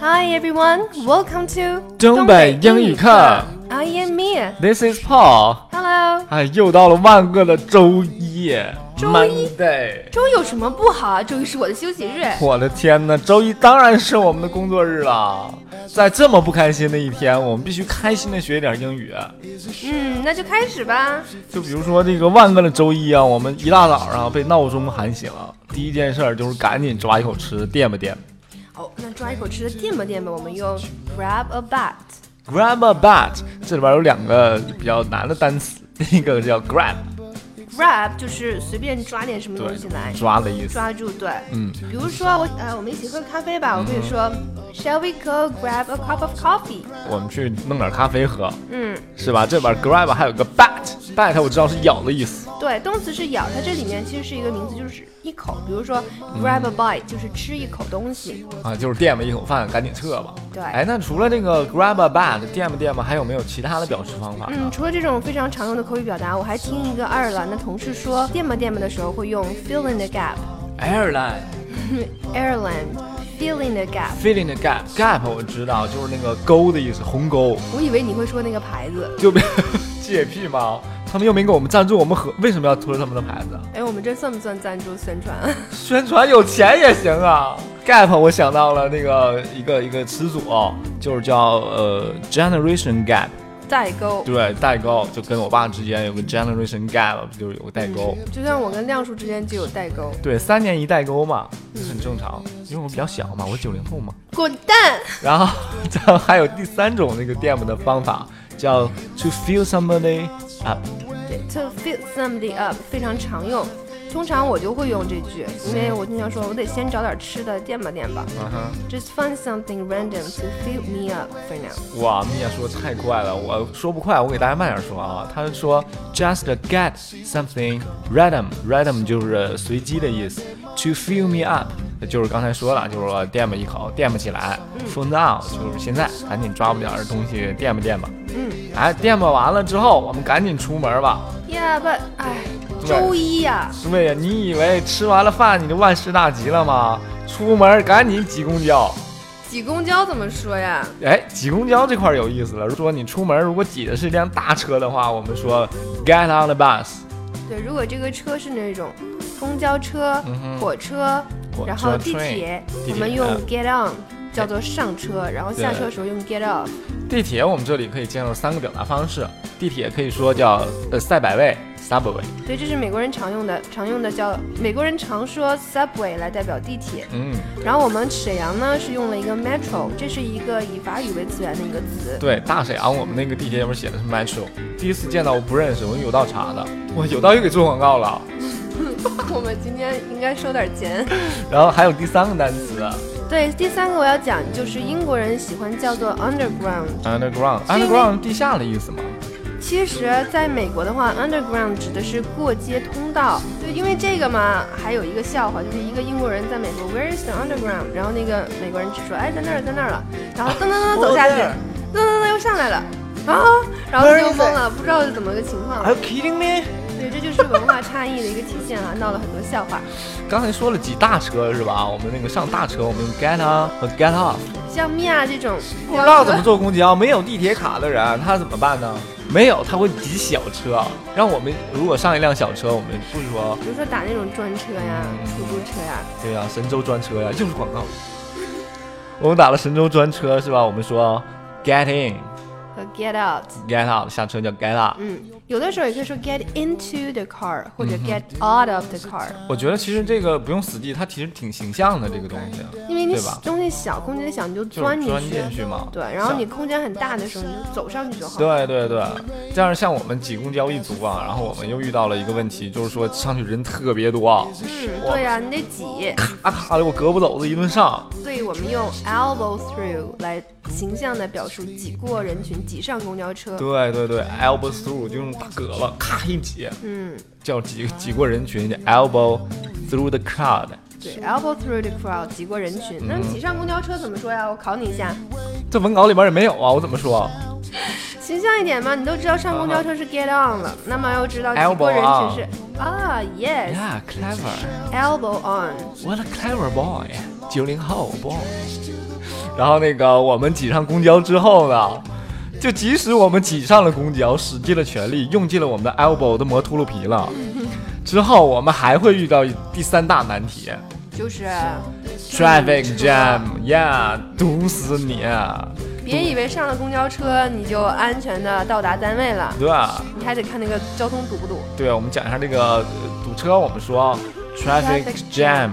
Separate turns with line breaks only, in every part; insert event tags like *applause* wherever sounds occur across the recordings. Hi everyone, welcome to
东北英语课。
I am Mia.
This is Paul。
Hello，
哎，又到了万恶的周一，
周一
Monday。
周一有什么不好啊？周一是我的休息日。
我的天呐，周一当然是我们的工作日了。在这么不开心的一天，我们必须开心的学一点英语。
嗯，那就开始吧。
就比如说这个万恶的周一啊，我们一大早上被闹钟喊醒了，第一件事儿就是赶紧抓一口吃的垫吧垫吧。
哦，那抓一口吃的垫吧垫吧，我们用 grab a bat。
Grab a bat，这里边有两个比较难的单词，第一个叫 grab，
grab 就是随便抓点什么东西来，
抓的意思。
抓住。对，
嗯，
比如说我呃，我们一起喝咖啡吧，我可以说 Shall we go grab a cup of coffee？
我们去弄点咖啡喝。
嗯，
是吧？这边 grab 还有个 bat，bat 我知道是咬的意思。
对，动词是咬，它这里面其实是一个名词，就是一口。比如说 grab a bite 就是吃一口东西。
啊，就是垫吧一口饭，赶紧撤吧。
对
哎，那除了这个 grab a bat 垫吧垫吧，还有没有其他的表示方法
嗯，
呢？
除了这种非常常用的口语表达，我还听一个爱尔兰的同事说，垫吧垫吧的时候会用 fill in the gap。
爱尔兰
Ireland fill in the gap。
filling the gap，gap 我知道就是那个沟的意思，鸿沟。
我以为你会说那个牌子。
*laughs* 就别解屁吗？他们又没给我们赞助，我们何为什么要推他们的牌子？啊
哎，我们这算不算赞助宣传？啊
宣传有钱也行啊。Gap 我想到了那个一个一个词组，哦就是叫呃 generation gap。
*laughs* 代沟。
对，代沟就跟我爸之间有个 generation gap，就是有个代沟。
就像我跟亮叔之间就有代沟。
对，三年一代沟嘛，很正常，因为我比较小嘛，我九零后嘛。
滚蛋！
然后，然后还有第三种那个 DM 的方法，叫 to fill somebody up。
对，to fill somebody up 非常常用。通常我就会用这句，因为我经常说，我得先找点吃的垫吧垫吧。
嗯哼，
Just find something random to fill me up for now。
哇，米娅说太快了，我说不快，我给大家慢点说啊。他说 just get something random，random 就是随机的意思，to fill me up。就是刚才说了，就是说垫吧一口，垫吧起来。For now，就是现在，赶紧抓不点儿东西垫吧垫吧。
嗯。
哎，垫吧完了之后，我们赶紧出门吧。
Yeah, but 哎，
对
周一呀、
对呀，你以为吃完了饭你就万事大吉了吗？出门赶紧挤公交。
挤公交怎么说呀？
哎，挤公交这块儿有意思了。如果你出门如果挤的是一辆大车的话，我们说 get on the bus。
对，如果这个车是那种公交车、
嗯哼
火车，
火
然后
车
地
train
铁，
地
我们
铁哎
用
嗯
get on 叫做上车，然后下车的时候用 get off。
地铁我们这里可以介绍三个表达方式。地铁可以说叫呃赛百味 subway，
对，这是美国人常用的，常用的叫美国人常说 subway 来代表地铁。
嗯，
然后我们沈阳呢是用了一个 metro，这是一个以法语为词源的一个词。
对，大沈阳我们那个地铁上面写的是 metro。第一次见到我不认识，我用有道查的，我有道又给做广告了。
*laughs* 我们今天应该收点钱。
然后还有第三个单词啊
对，第三个我要讲就是英国人喜欢叫做 underground。
underground，underground 地下的意思嘛。
其实，在美国的话，underground 指的是过街通道。对，因为这个嘛，还有一个笑话，就是一个英国人在美国，Where is the underground？然后那个美国人只说，哎，在那儿，在那儿了。然后噔噔噔走下去，噔噔噔又上来了，啊，然后
哦 Where
就
is 哎
懵了，不知道是怎么个情况
Are
了。
you kidding me？
对，这就是文化差异的一个体现啊，闹了很多笑话。
刚才说了挤大车是吧？我们那个上大车，我们用 get on 和 get off。
像米娅这种，
不知道怎么坐公交，没有地铁卡的人，他怎么办呢？没有，他会挤小车。让我们如果上一辆小车，我们不是说
比如说打那种专车呀、出租车呀，
对呀、神州专车呀、又是广 *laughs* 告。我们打了神州专车是吧？我们说 get in
和 get out。
get out，下车叫 get out。
嗯，有的时候也可以说 get into the car 或
嗯
者 get out of the car。
我觉得其实这个不用死记，它其实挺形象的这个东西，
因为你
对吧
东西小，空间小，你就
就是
钻进
钻
去。
进去嘛。
对，然后
像
你空间很大的时候，你就走上去就好。
对对对，这样像我们挤公交一族啊，然后我们又遇到了一个问题，就是说上去人特别多啊，
嗯，对呀、你得挤。
咔咔啊的我胳膊肘子一顿上，
所以我们用 elbow through 来形象的表述挤过人群，挤上公交车。
对对对，elbow through 就用大胳膊咔一挤，
嗯，
叫挤挤过人群叫 elbow through the crowd，
对，elbow through the crowd 挤过人群。那
嗯
挤上公交车怎么说呀？我考你一下，
这文稿里边也没有啊，我怎么说
形象一点嘛。你都知道上公交车是 get on 了，那么要知道挤过人群是啊，yes，elbow
？Yeah，clever，what
on。
a clever boy，九零后 boy。然后那个我们挤上公交之后呢，就即使我们挤上了公交，使尽了全力，用尽了我们的 elbow 都磨秃噜皮了，之后我们还会遇到第三大难题
就是
，traffic jam，yeah，堵死你，啊
别以为上了公交车你就安全的到达单位了，
对吧？
你还得看那个交通堵不堵。
对，我们讲一下这个呃堵车，我们说 traffic
Traffic
jam，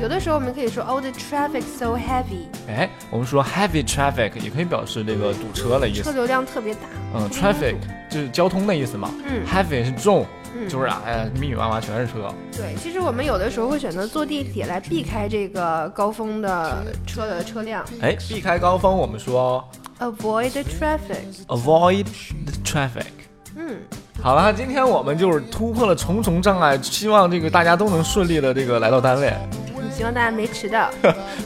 有的时候我们可以说 Oh, the traffic so heavy，
哎，我们说 heavy traffic 也可以表示这个堵车的意
车
思，
流量特别大。
嗯，traffic 就是交通的意思嘛
嗯
，heavy 是重，
嗯，
就是啊，哎呀，密密麻麻全是车，
对。其实我们有的时候会选择坐地铁来避开这个高峰的车的车辆
哎，避开高峰，我们说
，avoid the traffic。
avoid the traffic。
嗯，
好了，今天我们就是突破了重重障碍，希望这个大家都能顺利的这个来到单位。
希望大家没迟到。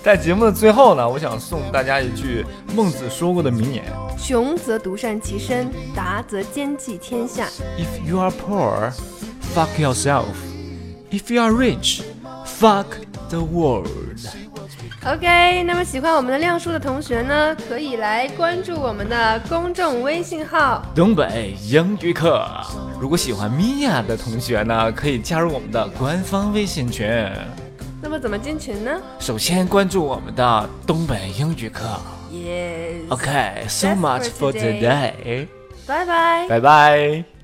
在节目的最后呢，我想送大家一句孟子说过的名言
穷则独善其身，达则兼济天下。
：If you are poor, fuck yourself. If you are rich, fuck the world.
OK，那么喜欢我们的亮叔的同学呢，可以来关注我们的公众微信号。
东北英语课，如果喜欢米娅的同学呢，可以加入我们的官方微信群。
那么怎么进群呢
首先关注我们的东北英语课。
？Yes，
Okay, so
That's
much
for
for
today.
today.
拜拜。
拜拜。